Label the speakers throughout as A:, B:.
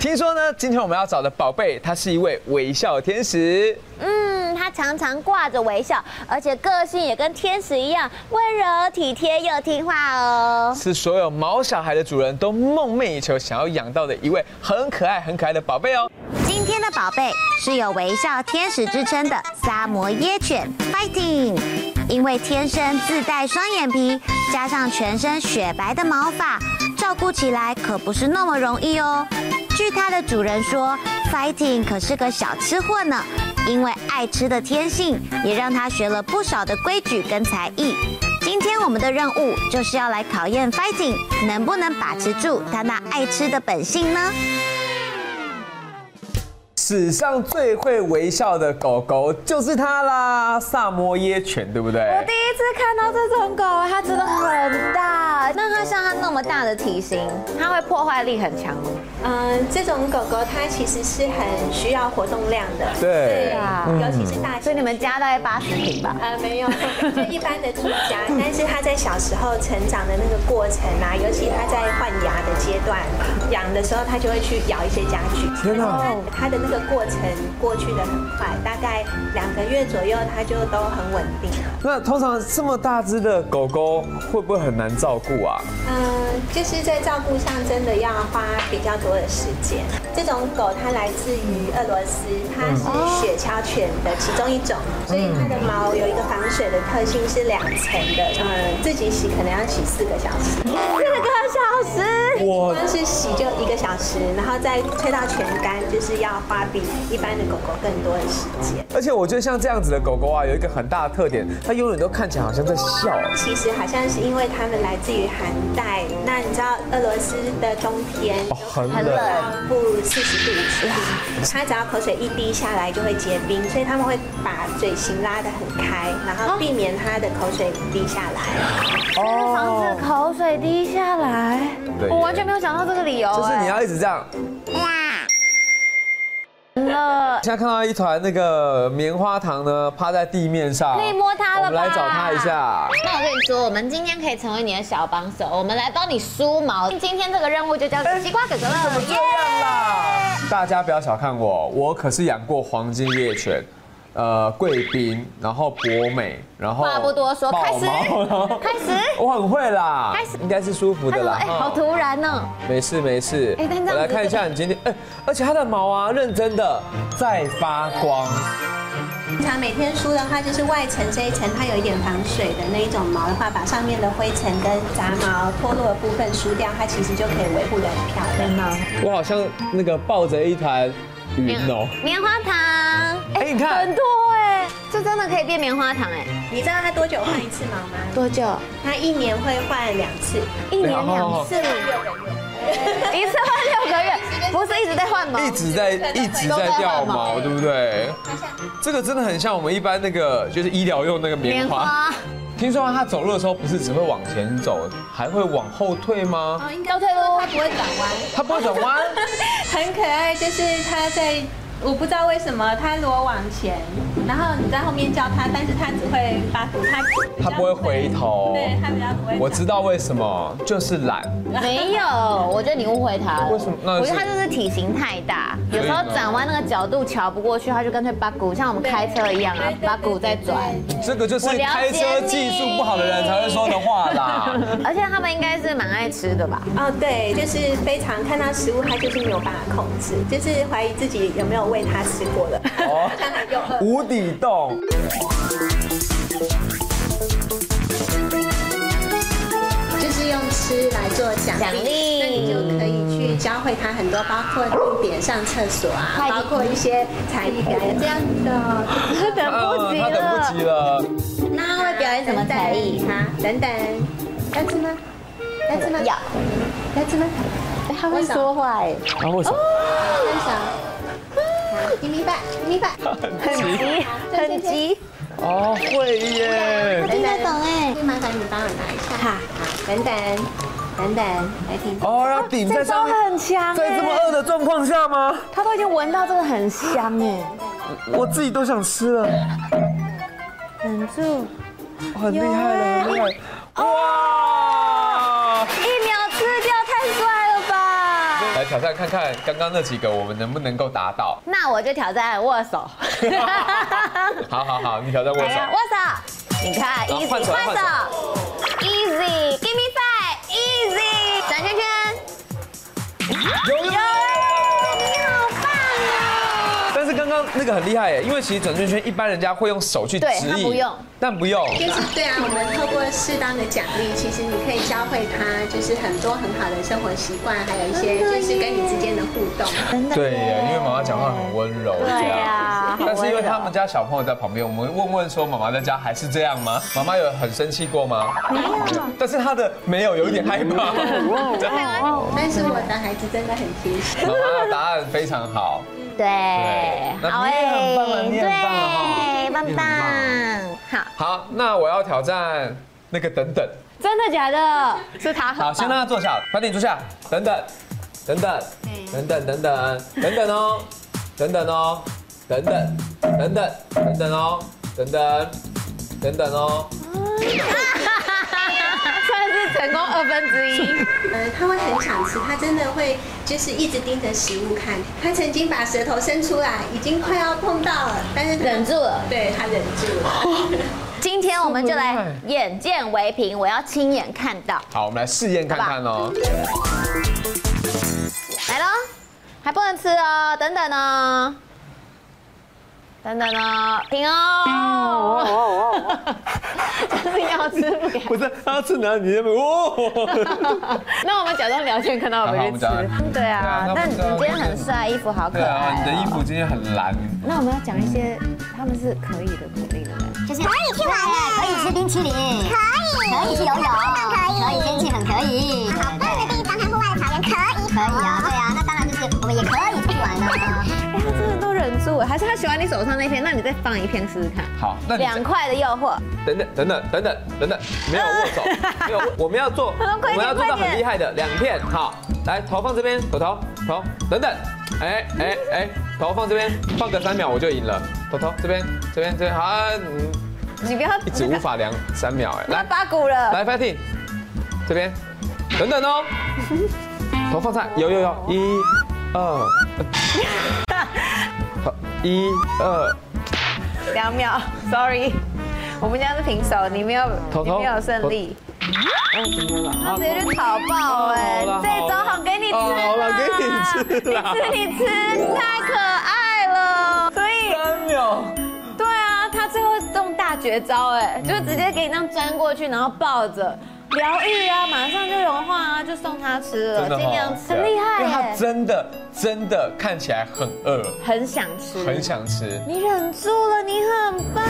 A: 听说呢，今天我们要找的宝贝，他是一位微笑天使。
B: 嗯，他常常挂着微笑，而且个性也跟天使一样温柔、体贴又听话哦。
A: 是所有毛小孩的主人都梦寐以求想要养到的一位很可爱、很可爱的宝贝哦。
C: 今天的宝贝是有微笑天使之称的萨摩耶犬 Fighting，因为天生自带双眼皮，加上全身雪白的毛发，照顾起来可不是那么容易哦。据它的主人说，Fighting 可是个小吃货呢，因为爱吃的天性，也让它学了不少的规矩跟才艺。今天我们的任务就是要来考验 Fighting 能不能把持住它那爱吃的本性呢？
A: 史上最会微笑的狗狗就是它啦，萨摩耶犬，对不对？
B: 我第一次看到这种狗，它真的很大。那它像它那么大的体型，它会破坏力很强吗？
A: 呃
D: 嗯，这种狗狗它其实是很需要活动量的，
A: 对嗯
B: 啊
D: 尤其是大型。
B: 所以你们家大概八十平吧。
D: 呃，没有，就一般的住 家，但是它在小时候成长的那个过程啊，尤其它在换牙的阶段，养的时候它就会去咬一些家具。
A: 天哪
D: 然后它的那个过程过去的很快，大概两个月左右，它就都很稳定了。
A: 那通常这么大只的狗狗会不会很难照顾啊？
D: 嗯，就是在照顾上真的要花比较多的时间。这种狗它来自于俄罗斯，它是雪橇犬的其中一种，所以它的毛有一个防水的特性，是两层的。嗯，自己洗可能要洗四个小时，
B: 四个小时，
A: 我
D: 光是洗就一个小时，然后再吹到全干，就是要花比一般的狗狗更多的时间。
A: 而且我觉得像这样子的狗狗啊，有一个很大的特点，它永远都看起来好像在笑。
D: 其实好像是因为它们来自于寒带，那你知道俄罗斯的冬天
A: 哦很冷
D: 有可能到负四十度以上，它只要口水一滴下来就会结冰，所以他们会把嘴型拉得很开，然后避免它的口水滴下来。
A: 哦
B: 防止口水滴下来
A: 对。
B: 我完全没有想到这个理由。
E: 哎
A: 就是你要一直这样。
B: 完了，
A: 现在看到一团那个棉花糖呢，趴在地面上，
B: 可以摸它了吧
A: 我们来找它一下。
E: 那我跟你说，我们今天可以成为你的小帮手，我们来帮你梳毛。今天这个任务就叫
A: 哎
E: 做西瓜哥哥乐
A: 这样啦，大家不要小看我，我可是养过黄金猎犬。呃，贵宾，然后博美，然后
E: 话不多说
A: 豹
E: 开始
A: 猫然后
E: 开始。
A: 我很会啦，
E: 开始
A: 应该是舒服
E: 他
A: 的
E: 怎么
A: 啦。
E: 哎，好
A: 哦
E: 突然呢？
A: 没事没事。
E: 哎但这样
A: 我来
E: 子
A: 看一下你今天，哎，而且它的毛啊，认真的在发光。
D: 平常每天梳的话，就是外层这一层它有一点防水的那一种毛的话，把上面的灰尘跟杂毛脱落的部分梳掉，它其实就可以维护得很漂亮。
A: 我好像那个抱着一团云哦。
E: 棉花糖，
A: 哎，你看
E: 很，多哎，这真的可以变棉花糖哎，
D: 你知道它多久换一次毛吗？
E: 多久？
D: 它一年会换两次，
E: 一 年
A: 然后
D: 哦
E: 两次，一次换六个月，不是一直在换毛
A: 一。直在一直在掉毛，对不对？这个真的很像我们一般那个就是医疗用那个棉花。，听说它走路的时候不是只会往前走，还会往后退
D: 哦
A: 吗？
E: 要退路，
D: 它不会转弯。
A: 它不会转弯，
D: 很可爱，就是它在，我不知道为什么它裸往前，然后你在后面叫它，但是它只会发抖，它
A: 它不会回头。
D: 对，它比较不会。
A: 我知道为什么，就是懒。
E: 没有，我觉得你误会他了。
A: 为什么那是啊
E: 我觉得他就是体型太大，有时候
A: 所以呢
E: 转弯那个角度瞧不过去，他就干脆把鼓，像我们开车一样啊，把鼓再转。
A: 这个就是
E: 我了解
A: 开车技术不好的人才会说的话啦。
E: 而且他们应该是蛮爱吃的吧？
D: 哦，对，就是非常看到食物，它就是没有办法控制，就是怀疑自己有没有喂它吃过了。
A: 哦
D: 它很又饿。
A: 无底洞。
D: 就是用吃来做奖
E: 奖励
D: 那你就可以去教会他很多，包括定点上厕所啊，包括一些才艺表演这样的。
E: 等不及
A: 啊他等
E: 了
A: 不。及了。
E: 那他会表演什么才艺？
D: 啊，等等，要吃吗？要吃吗？
E: 要。
D: 要吃吗？
B: 他会说话哎，
A: 啊，为什么？
D: 分享。好一米八，一米八。
B: 很急，很急。
A: 哦，会耶。
D: 听得懂哎，麻烦你帮我拿一下。好，等等，等等，来听。
A: 哦，要顶
B: 嗯
A: 在
B: 啊这招
A: 上面。
B: 很强
A: 在这么
B: 哎，
A: 饿的状况下吗？
B: 他都已经闻到这个很香哎，
A: 我自己都想吃了，哦
B: 忍住，欸哦
A: 很厉害了，很厉害！哇！
B: 一秒吃掉，太帅了吧！
A: 来来挑战看看刚刚那几个我们能不能够达到。
E: 那我就挑战握 手。
B: 哎
A: 好好好，你挑战握手
E: 来呀，握手，你看
A: 好
E: easy，
A: 换手换手
E: ，easy，give me five，easy，转圈圈。
A: 有有。但是刚刚那个很厉害耶，因为其实转圈圈一般人家会用手去指
E: 对他
A: 引，
E: 不用，
A: 但不用，
D: 就是对啊，我们透过适当的奖励，其实你可以教会他，就是很多很好的生活习惯，还有一些就是跟你之间的互动。
A: 对耶，因为妈妈讲话很温柔，对
E: 呀
A: 但是因为他们家小朋友在旁边，我们问问说妈妈在家还是这样吗？妈妈有很生气过吗？没有。但是她的没有有一点害 怕。
D: 但是我的孩子真的很贴心。
A: 妈妈的答案非常好，
E: 对，
A: 那
E: 好
A: 你也很棒啊，
E: 诶，
A: 你也很棒啊哈
C: 哎，棒
A: 你很棒。
C: 棒！
E: 好，
A: 好，那我要挑战那个等等。
E: 真的假的？是他很
A: 好，
E: 棒
A: 先让他坐下，快点坐下，等等，等等，等等，等等，等等哦，等等哦，等等，等等，等等哦，等等，等等哦。
E: 算是成功二分之一。
D: 呃，他会很想吃，他真的会就是一直盯着食物看。他曾经把舌头伸出来，已经快要碰到了，但是他
E: 忍住了
D: 对他忍住了。
E: 今天我们就来眼见为凭，我要亲眼看到。
A: 好，我们来试验看看哦。
E: 来喽，还不能吃哦，等等哦，等等哦，停哦，真是要吃不给。
A: 不是，他吃哪里？哦，
E: 那我们假装聊天，看到我
A: 好好我
E: 们去
A: 们假
E: 吃
A: 装聊。
E: 对啊，
A: 对啊那
E: 但
A: 不
E: 你
A: 知道
E: 今天很帅，衣服好可
A: 对
E: 爱、
A: 啊，你的衣。服今天很蓝。
E: 那我们要讲一些他们是可以的鼓励的人。
F: 就是可以去玩可以吃冰淇淋，可以，可以去游泳，可以，可以天气冷，可以。好棒的地方，看户外的草原，可以，可以啊，对啊，那当然就是我们也可以出去玩了。
E: 哎，他真的都忍住了，还是他喜欢你手上那片？那你再放一片试试看。
A: 好，那你
E: 两块的诱惑，
A: 等等等等等等等等，没有 握手，没有握，我们要做，我
E: 快点
A: 们要做到
E: 快点
A: 很厉害的两片，好，来头放这边，头头头，等等，哎哎哎，头放这边，放个三秒我就赢了，头头这边这边这边，好，啊嗯
E: 你不要
A: 一直无法量三秒，哎，
E: 那
A: 来
E: 八股了。
A: 来 fighting，这边，等等哦，头放上，有有有，一二，嗯好，一二，
E: 两秒，sorry，我们家是平手，你没有，
A: 头
E: 你
A: 头
E: 没有胜利，啊
A: 好
E: 直接就烤爆哎！
A: 好啦
E: 这一周好给你吃啊啦，
A: 好啦给你吃啦
E: 你吃你吃，太可爱了。所以，
A: 三秒。
E: 对啊，他最后动大绝招哎，就直接给你这样钻过去，然后抱着。疗愈啊，马上就融化啊，就送他吃了，
A: 真的
E: 尽量吃，厉
A: 因为
E: 害
A: 他
E: 耶，
A: 真的真的看起来很饿，
E: 很想吃，
A: 很想吃。
E: 你忍住了，你很棒。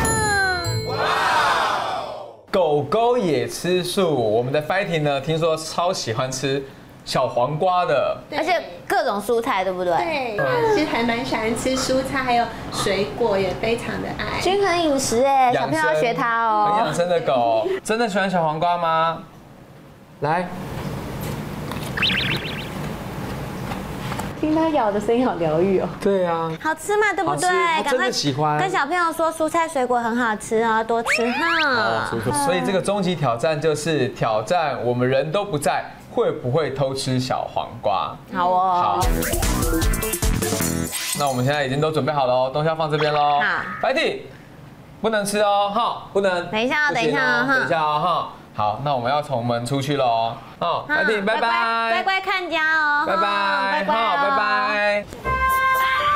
A: 狗狗也吃素，我们的 Fighting 呢，听说超喜欢吃小黄瓜的，
E: 而且各种蔬菜，对不对？
D: 对，他其实还蛮喜欢吃蔬菜，还有水果也非常的爱。
E: 均衡饮食哎，小
A: 养
E: 朋
A: 生
E: 友要学它
A: 很
E: 哦
A: 养。生的 狗，真的喜欢小黄瓜吗？来，
E: 听它咬的声音好疗愈哦。
A: 对啊，
B: 好吃嘛，对不对
A: 好吃我？真的
B: 赶快
A: 喜欢
B: 跟小朋友说蔬菜水果很好吃哦，多吃
E: 啊
B: 哈。
A: 哦所以这个终极挑战就是挑战我们人都不在，会不会偷吃小黄瓜？
E: 好哦
A: 好。。那我们现在已经都准备好了哦，东西要放这边喽。
E: 好
A: 白体不能吃哦，哈，不能。
E: 等一下哦
A: 不行
E: 等一下哦哈
A: 等一下哦，哈。好，那我们要从门出去喽。哦，白体，拜
B: 乖
A: 拜，
B: 乖看家哦，
A: 拜拜，
B: 拜拜
A: 哈，
B: 哦
A: 拜拜。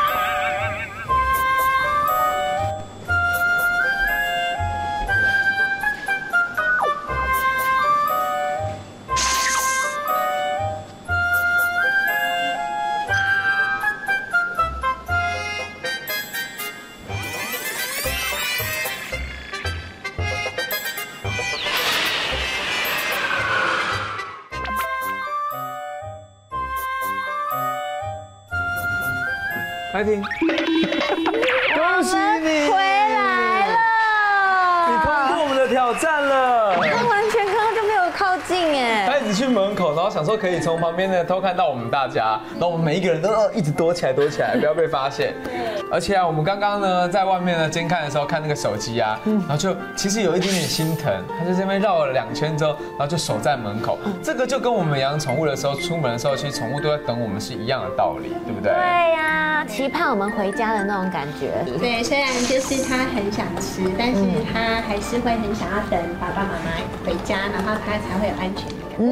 A: 白 体，恭喜你
E: 回来
A: 你通
E: 了，
A: 过我们的挑战了。
E: 它完全刚刚就没有靠近哎。
A: 他已经子去门口，然后想说可以从旁边呢偷看到我们大家，然后我们每一个人都呃一直躲起来，躲起 来，不要被发现。而且啊，我们刚刚呢在外面呢监看的时候看那个手机啊，
E: 嗯
A: 然后就其实有一点点心疼，他就这边绕了两圈之后，然后就守在门口。这个就跟我们养宠物的时候，出门的时候，其实宠物都在等我们是一样的道理，对不对？
E: 对呀、期盼我们回家的那种感觉。
D: 对，虽然就是他很想吃，但是他还是会很想要等爸爸妈妈回家，然后他才会有安全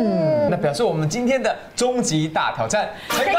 D: 感。
A: 那表示我们今天的终极大挑战成功。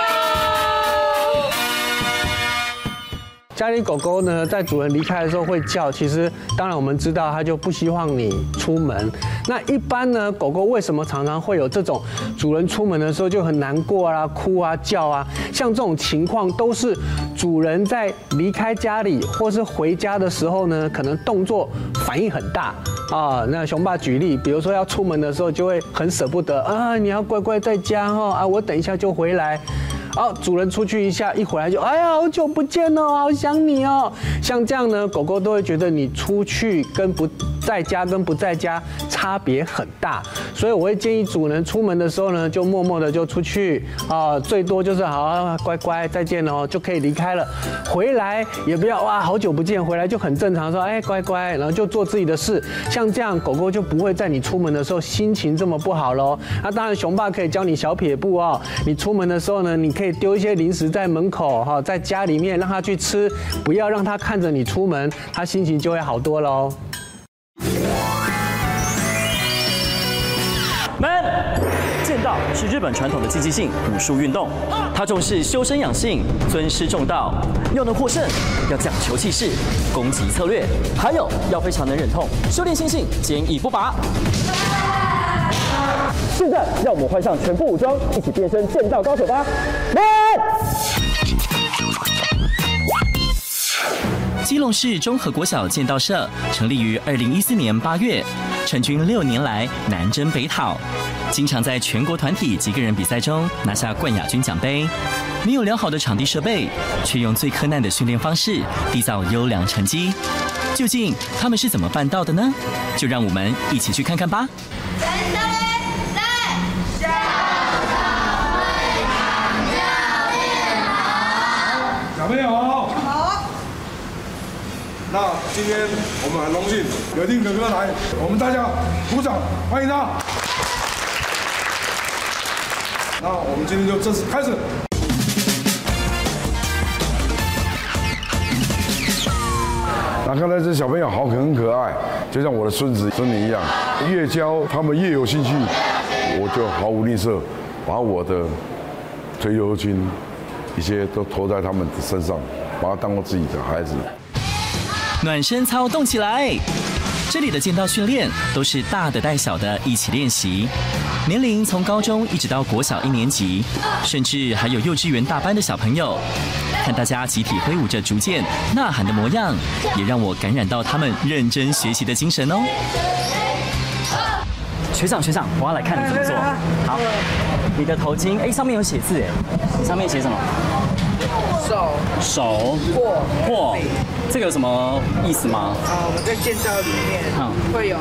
G: 家里狗狗呢，在主人离开的时候会叫，其实当然我们知道，它就不希望你出门。那一般呢，狗狗为什么常常会有啊这种主人出门的时候就很难过啊、哭啊、叫啊？像这种情况都是主人在离开家里或是回家的时候呢，可能动作反应很大啊。那熊爸举例，比如说要出门的时候就会很舍不得啊，你要乖乖在家哦，啊，我等一下就回来。好，哦主人出去一下，一回来就哎呀，好久不见哦，好想你哦。像这样呢，狗狗都会觉得你出去跟不在家跟不在家差别很大，所以我会建议主人出门的时候呢，就默默的就出去啊，最多就是好啊乖乖再见哦，就可以离开了。回来也不要哇，好久不见，回来就很正常说哎乖乖，然后就做自己的事。像这样，狗狗就不会在你出门的时候心情这么不好喽。那当然，熊爸可以教你小撇步哦，你出门的时候呢，你可以。可以丢一些零食在门口哈，在家里面让它去吃，不要让它看着你出门，它心情就会好多喽。
H: 们。剑道是日本传统的竞技性武术运动，它重视修身养性、尊师重道。要能获胜，要讲求气势、攻击策略，还有要非常能忍痛、修炼心性、坚毅不拔。现在让我们换上全副武装，一起变身剑道高手吧！来！基隆市中和国小剑道社成立于二零一四年八月，成军六年来南征北讨，经常在全国团体及个人比赛中拿下冠亚军奖杯。没有良好的场地设备，却用最苛难的训练方式缔造优良成绩。究竟他们是怎么办到的呢？就让我们一起去看看吧。
I: 小朋友好。那今天我们很荣幸有令哥哥来，我们大家鼓掌欢迎他。那我们今天就正式开始。那看来这小朋友好可很可爱，就像我的孙子孙女一样，越教他们越有兴趣，我就毫无吝啬，把我的退休金一些都投在他们身上，把他当做自己的孩子。
H: 暖身操动起来。这里的剑道训练都是大的带小的一起练习，年龄从高中一直到国小一年级，甚至还有幼稚园大班的小朋友。看大家集体挥舞着竹剑、呐喊的模样，也让我感染到他们认真学习的精神哦。学长，学长，我要来看你怎么做。好，你的头巾，哎，上面有写字，哎，上面写什么？手过过，这个有什么意思吗？
J: 呃，我们在建造里面
H: 嗯
J: 会有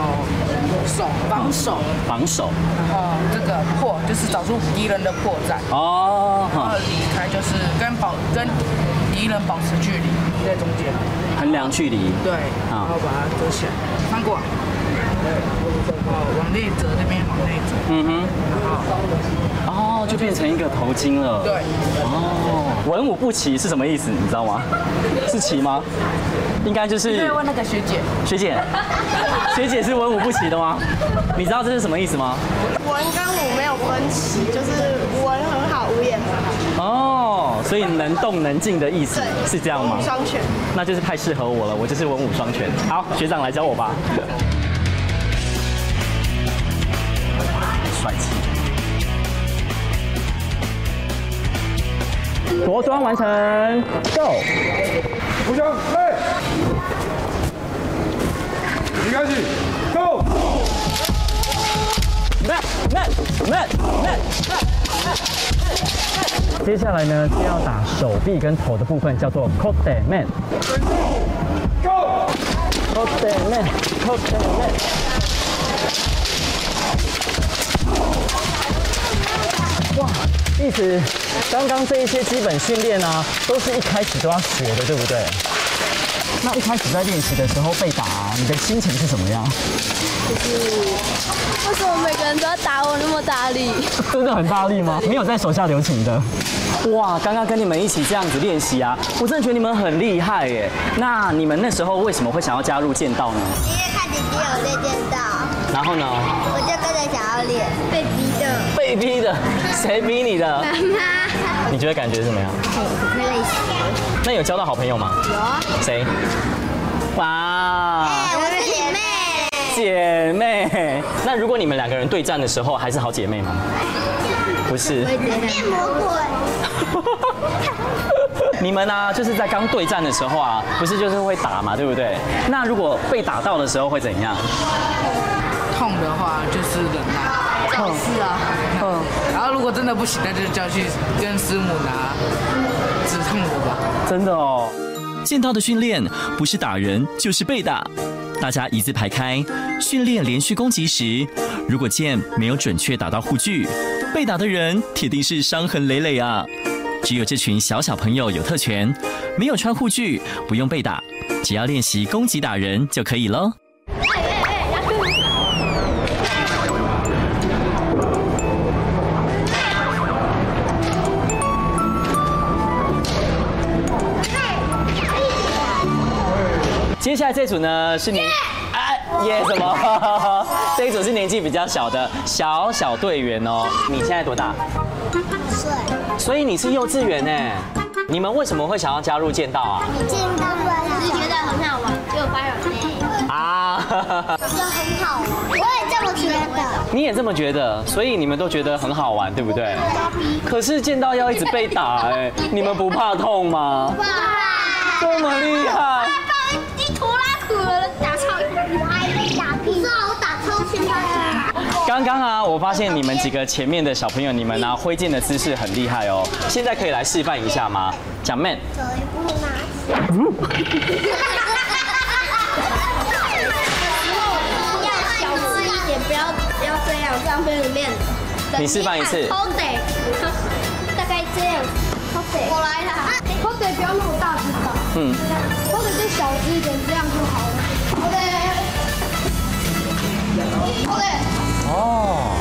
J: 手防守，
H: 绑手
J: 然后这个破就是找出敌人的破绽，
H: 哦，
J: 然后
H: 哈
J: 离开就是跟保跟敌人保持距离，在中间，
H: 衡量距离。啊
J: 对，然
H: 好
J: 后把它折起来，翻过来，对，然后往内折，这边往内折，
H: 嗯哼，
J: 然后
H: 哦，就变成一个头巾了。
J: 对，
H: 哦，文武不齐是什么意思？你知道吗？是齐吗？应该就是
J: 对，问那个学姐，
H: 学姐，学姐是文武不齐的吗？你知道这是什么意思吗？
K: 文跟武没有分歧，就是文很好，武也很好，
H: 哦，所以能动能静的意思是这样吗？
K: 双全。
H: 那就是太适合我了，我就是文武双全。好，学长来教我吧。帅气。着装完成，Go！
I: 鼓掌，来，你开始，Go！
H: 慢慢慢慢。接下来呢是要打手臂跟头的部分，叫做 c o t e man。
I: Go！
H: c o t e man。c o t e man。
L: 一直刚刚这一些基本训练啊，都是一开始都要学的，对不对？那一开始在练习的时候被打、你的心情是怎么样？
K: 就是为什么每个人都要打我那么大力？
L: 真的很大力吗？没有在手下留情的。哇，刚刚跟你们一起这样子练习啊，我真的觉得你们很厉害耶。那你们那时候为什么会想要加入剑道呢？
F: 因为看姐姐有被电到，
L: 然后呢？
F: 我就跟着想要练，被逼的。
L: 被逼的，谁逼你的？
F: 妈，
L: 你觉得感觉怎么样？
F: 很累死。
L: 那有交到好朋友吗？
F: 有啊。
L: 谁？哇，
F: 哎，我是姐妹。
L: 姐妹。那如果你们两个人对战的时候，还是好姐妹吗？不是。
F: 变魔鬼。
L: 你们呢、啊就是在刚对战的时候啊，不是就是会打嘛，对不对？那如果被打到的时候会怎样？
J: 痛的话就是忍耐，教室啊，嗯，然后如果真的不行，那就叫去跟师母拿止痛的吧。
L: 真的哦。
H: 剑道的训练不是打人就是被打，大家一字排开。训练连续攻击时，如果剑没有准确打到护具，被打的人铁定是伤痕累累啊。只有这群小小朋友有特权，没有穿护具不用被打，只要练习攻击打人就可以喽。
L: 接下来这组呢是年啊耶什么？这一组是年纪比较小的小小队员哦。你现在多大？
F: 睡。
L: 所以你是幼稚园哎。你们为什么会想要加入剑道啊？
F: 进到不然只是觉得很好玩，就发软妹。
L: 啊，
F: 觉得很好玩，我也这么觉得。
L: 你也这么觉得，所以你们都觉得很好玩，对不对？可是剑道要一直被打哎，你们不怕痛吗？
F: 哇！
L: 这么厉害！
F: 一拖拉苦了，打超我还被打屁，是啊，我打超轻的。
L: 刚刚啊，我发现你们几个前面的小朋友，你们啊挥剑的姿势很厉害哦。现在可以来示范一下吗？讲 man，
F: 走一步拿起。要小心一点，不要不要这样，这样会有面。
L: 你示范一次
F: 偷得，大概这样。偷得，我来了。偷得不要那么大只吧，
L: 嗯，
F: 偷得就小只一点，这样就好了。偷得，偷得，
L: 哦，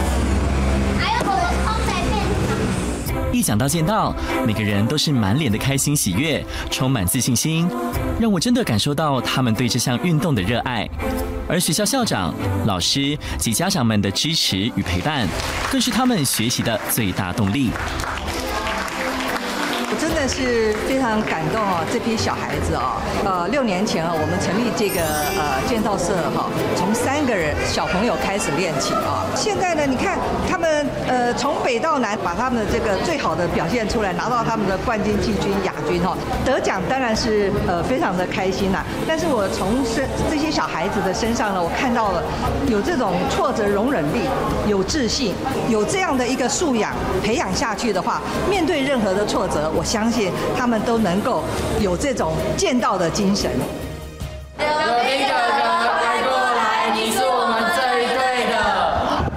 F: 还有我的偷得变。
H: 一讲到剑道，每个人都是满脸的开心喜悦，充满自信心，让我真的感受到他们对这项运动的热爱。而学校校长、老师及家长们的支持与陪伴，更是他们学习的最大动力。
M: 我真的是非常感动哦，这批小孩子哦，呃，六年前啊，我们成立这个呃剑道社哈、从三个人小朋友开始练起啊、现在呢，你看他们呃从北到南把他们的这个最好的表现出来，拿到他们的冠军、季军、亚军哈、得奖当然是呃非常的开心啦、但是我从身这些小孩子的身上呢，我看到了有这种挫折容忍力，有自信，有这样的一个素养培养下去的话，面对任何的挫折，我相信他们都能够有这种剑道的精神。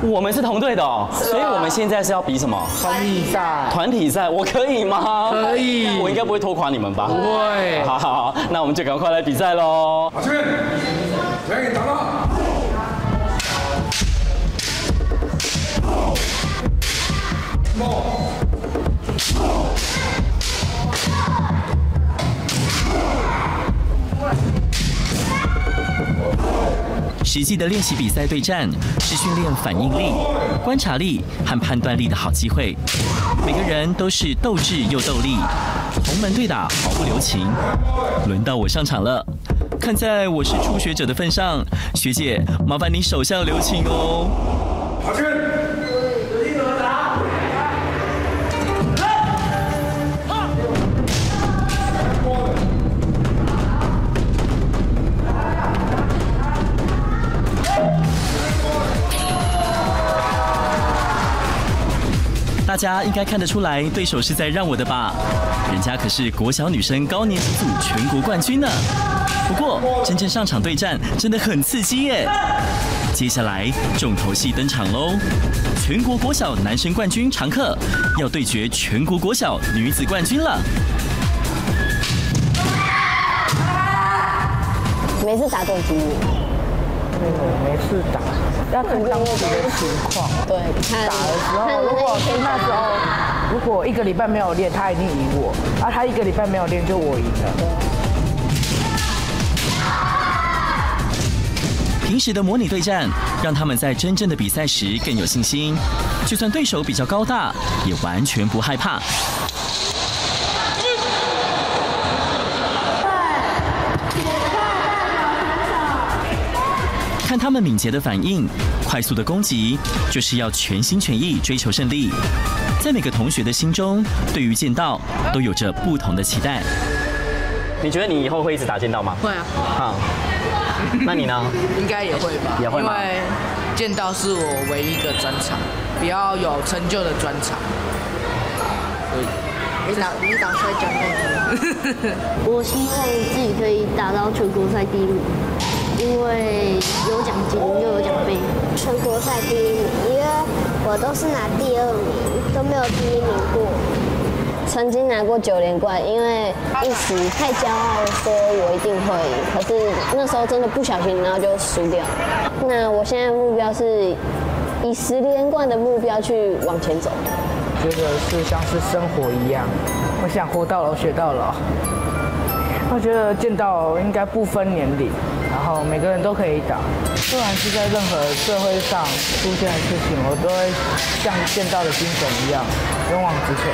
L: 我们是同队的哦，所以我们现在是要比什么？
J: 团体赛，
L: 团体赛，我可以吗？
J: 可以
L: 我应该不会拖垮你们吧？不
J: 会
L: 好好好，那我们就赶快来比赛喽。
I: 这边，来给你打了。
H: 实际的练习比赛对战是训练反应力、观察力和判断力的好机会。每个人都是斗志又斗力，同门对打毫不留情。轮到我上场了，看在我是初学者的份上，学姐麻烦你手下留情哦。
I: 好，这边。
H: 大家应该看得出来，对手是在让我的吧？人家可是国小女生高年级组全国冠军呢。不过，真正上场对战真的很刺激耶！接下来重头戏登场喽，全国国小男生冠军常客，要对决全国国小女子冠军了。
E: 每次打都有机会。
J: 没事打，要看当时的情况。对，打的时候，如果那时候如果一个礼拜没有练，他一定赢我；啊，他一个礼拜没有练，就我赢了。
H: 平时的模拟对战，让他们在真正的比赛时更有信心。就算对手比较高大，也完全不害怕。看他们敏捷的反应、快速的攻击，就是要全心全意追求胜利。在每个同学的心中，对于剑道都有着不同的期待。
N: 你觉得你以后会一直打剑道吗？
O: 会啊，
N: 啊，那你呢？
O: 应该也会吧，
N: 也会
O: 因
N: 吗
O: 为剑道是我唯一一个专长，比较有成就的专长。
K: 你打你打算讲
E: 我希望自己可以打到全国赛第一名，因为有奖金又有奖杯。
F: 全国赛第一名，因为我都是拿第二名，都没有第一名过。
E: 曾经拿过九连冠，因为一时太骄傲，说我一定会赢，可是那时候真的不小心，然后就输掉。那我现在目标是以十连冠的目标去往前走。
J: 觉得是像是生活一样，我想活到老学到老。我觉得剑道应该不分年龄，然后每个人都可以打，不管是在任何社会上出现的事情，我都会像剑道的精神一样勇往直前。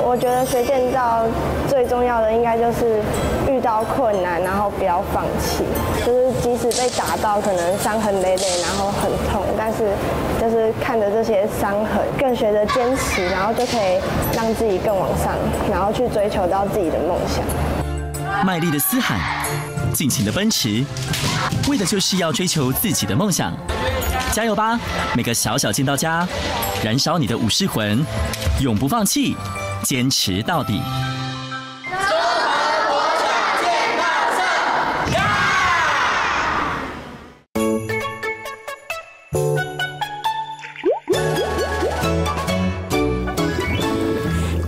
K: 我觉得学建造最重要的应该就是遇到困难，然后不要放弃。就是即使被打到，可能伤痕累累，然后很痛，但是就是看着这些伤痕，更学着坚持，然后就可以让自己更往上，然后去追求到自己的梦想。
H: 卖力的嘶喊，尽情的奔驰，为的就是要追求自己的梦想。加油吧，每个小小剑道家，燃烧你的武士魂，永不放弃，坚持到底。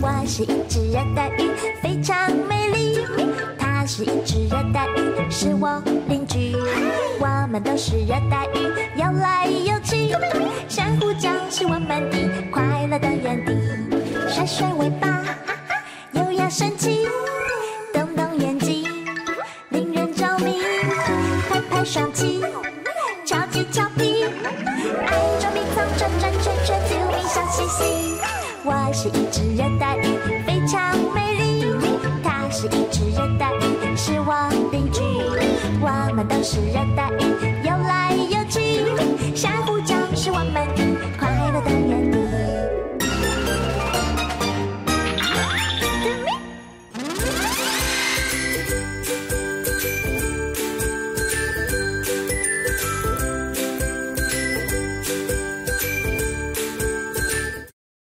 P: 我是一只热带鱼，非常美丽。它是一只热带鱼，是我邻居。我们都是热带鱼，游来游去。珊瑚礁是我们的快乐的园地。甩甩尾巴，优雅神气，动动眼睛，令人着迷。拍拍双鳍，超级调皮，爱捉迷藏，转转圈圈，救命笑嘻嘻。我是一只热带鱼，非常美丽。它是一只热带鱼，是我邻居。我们都是热带鱼，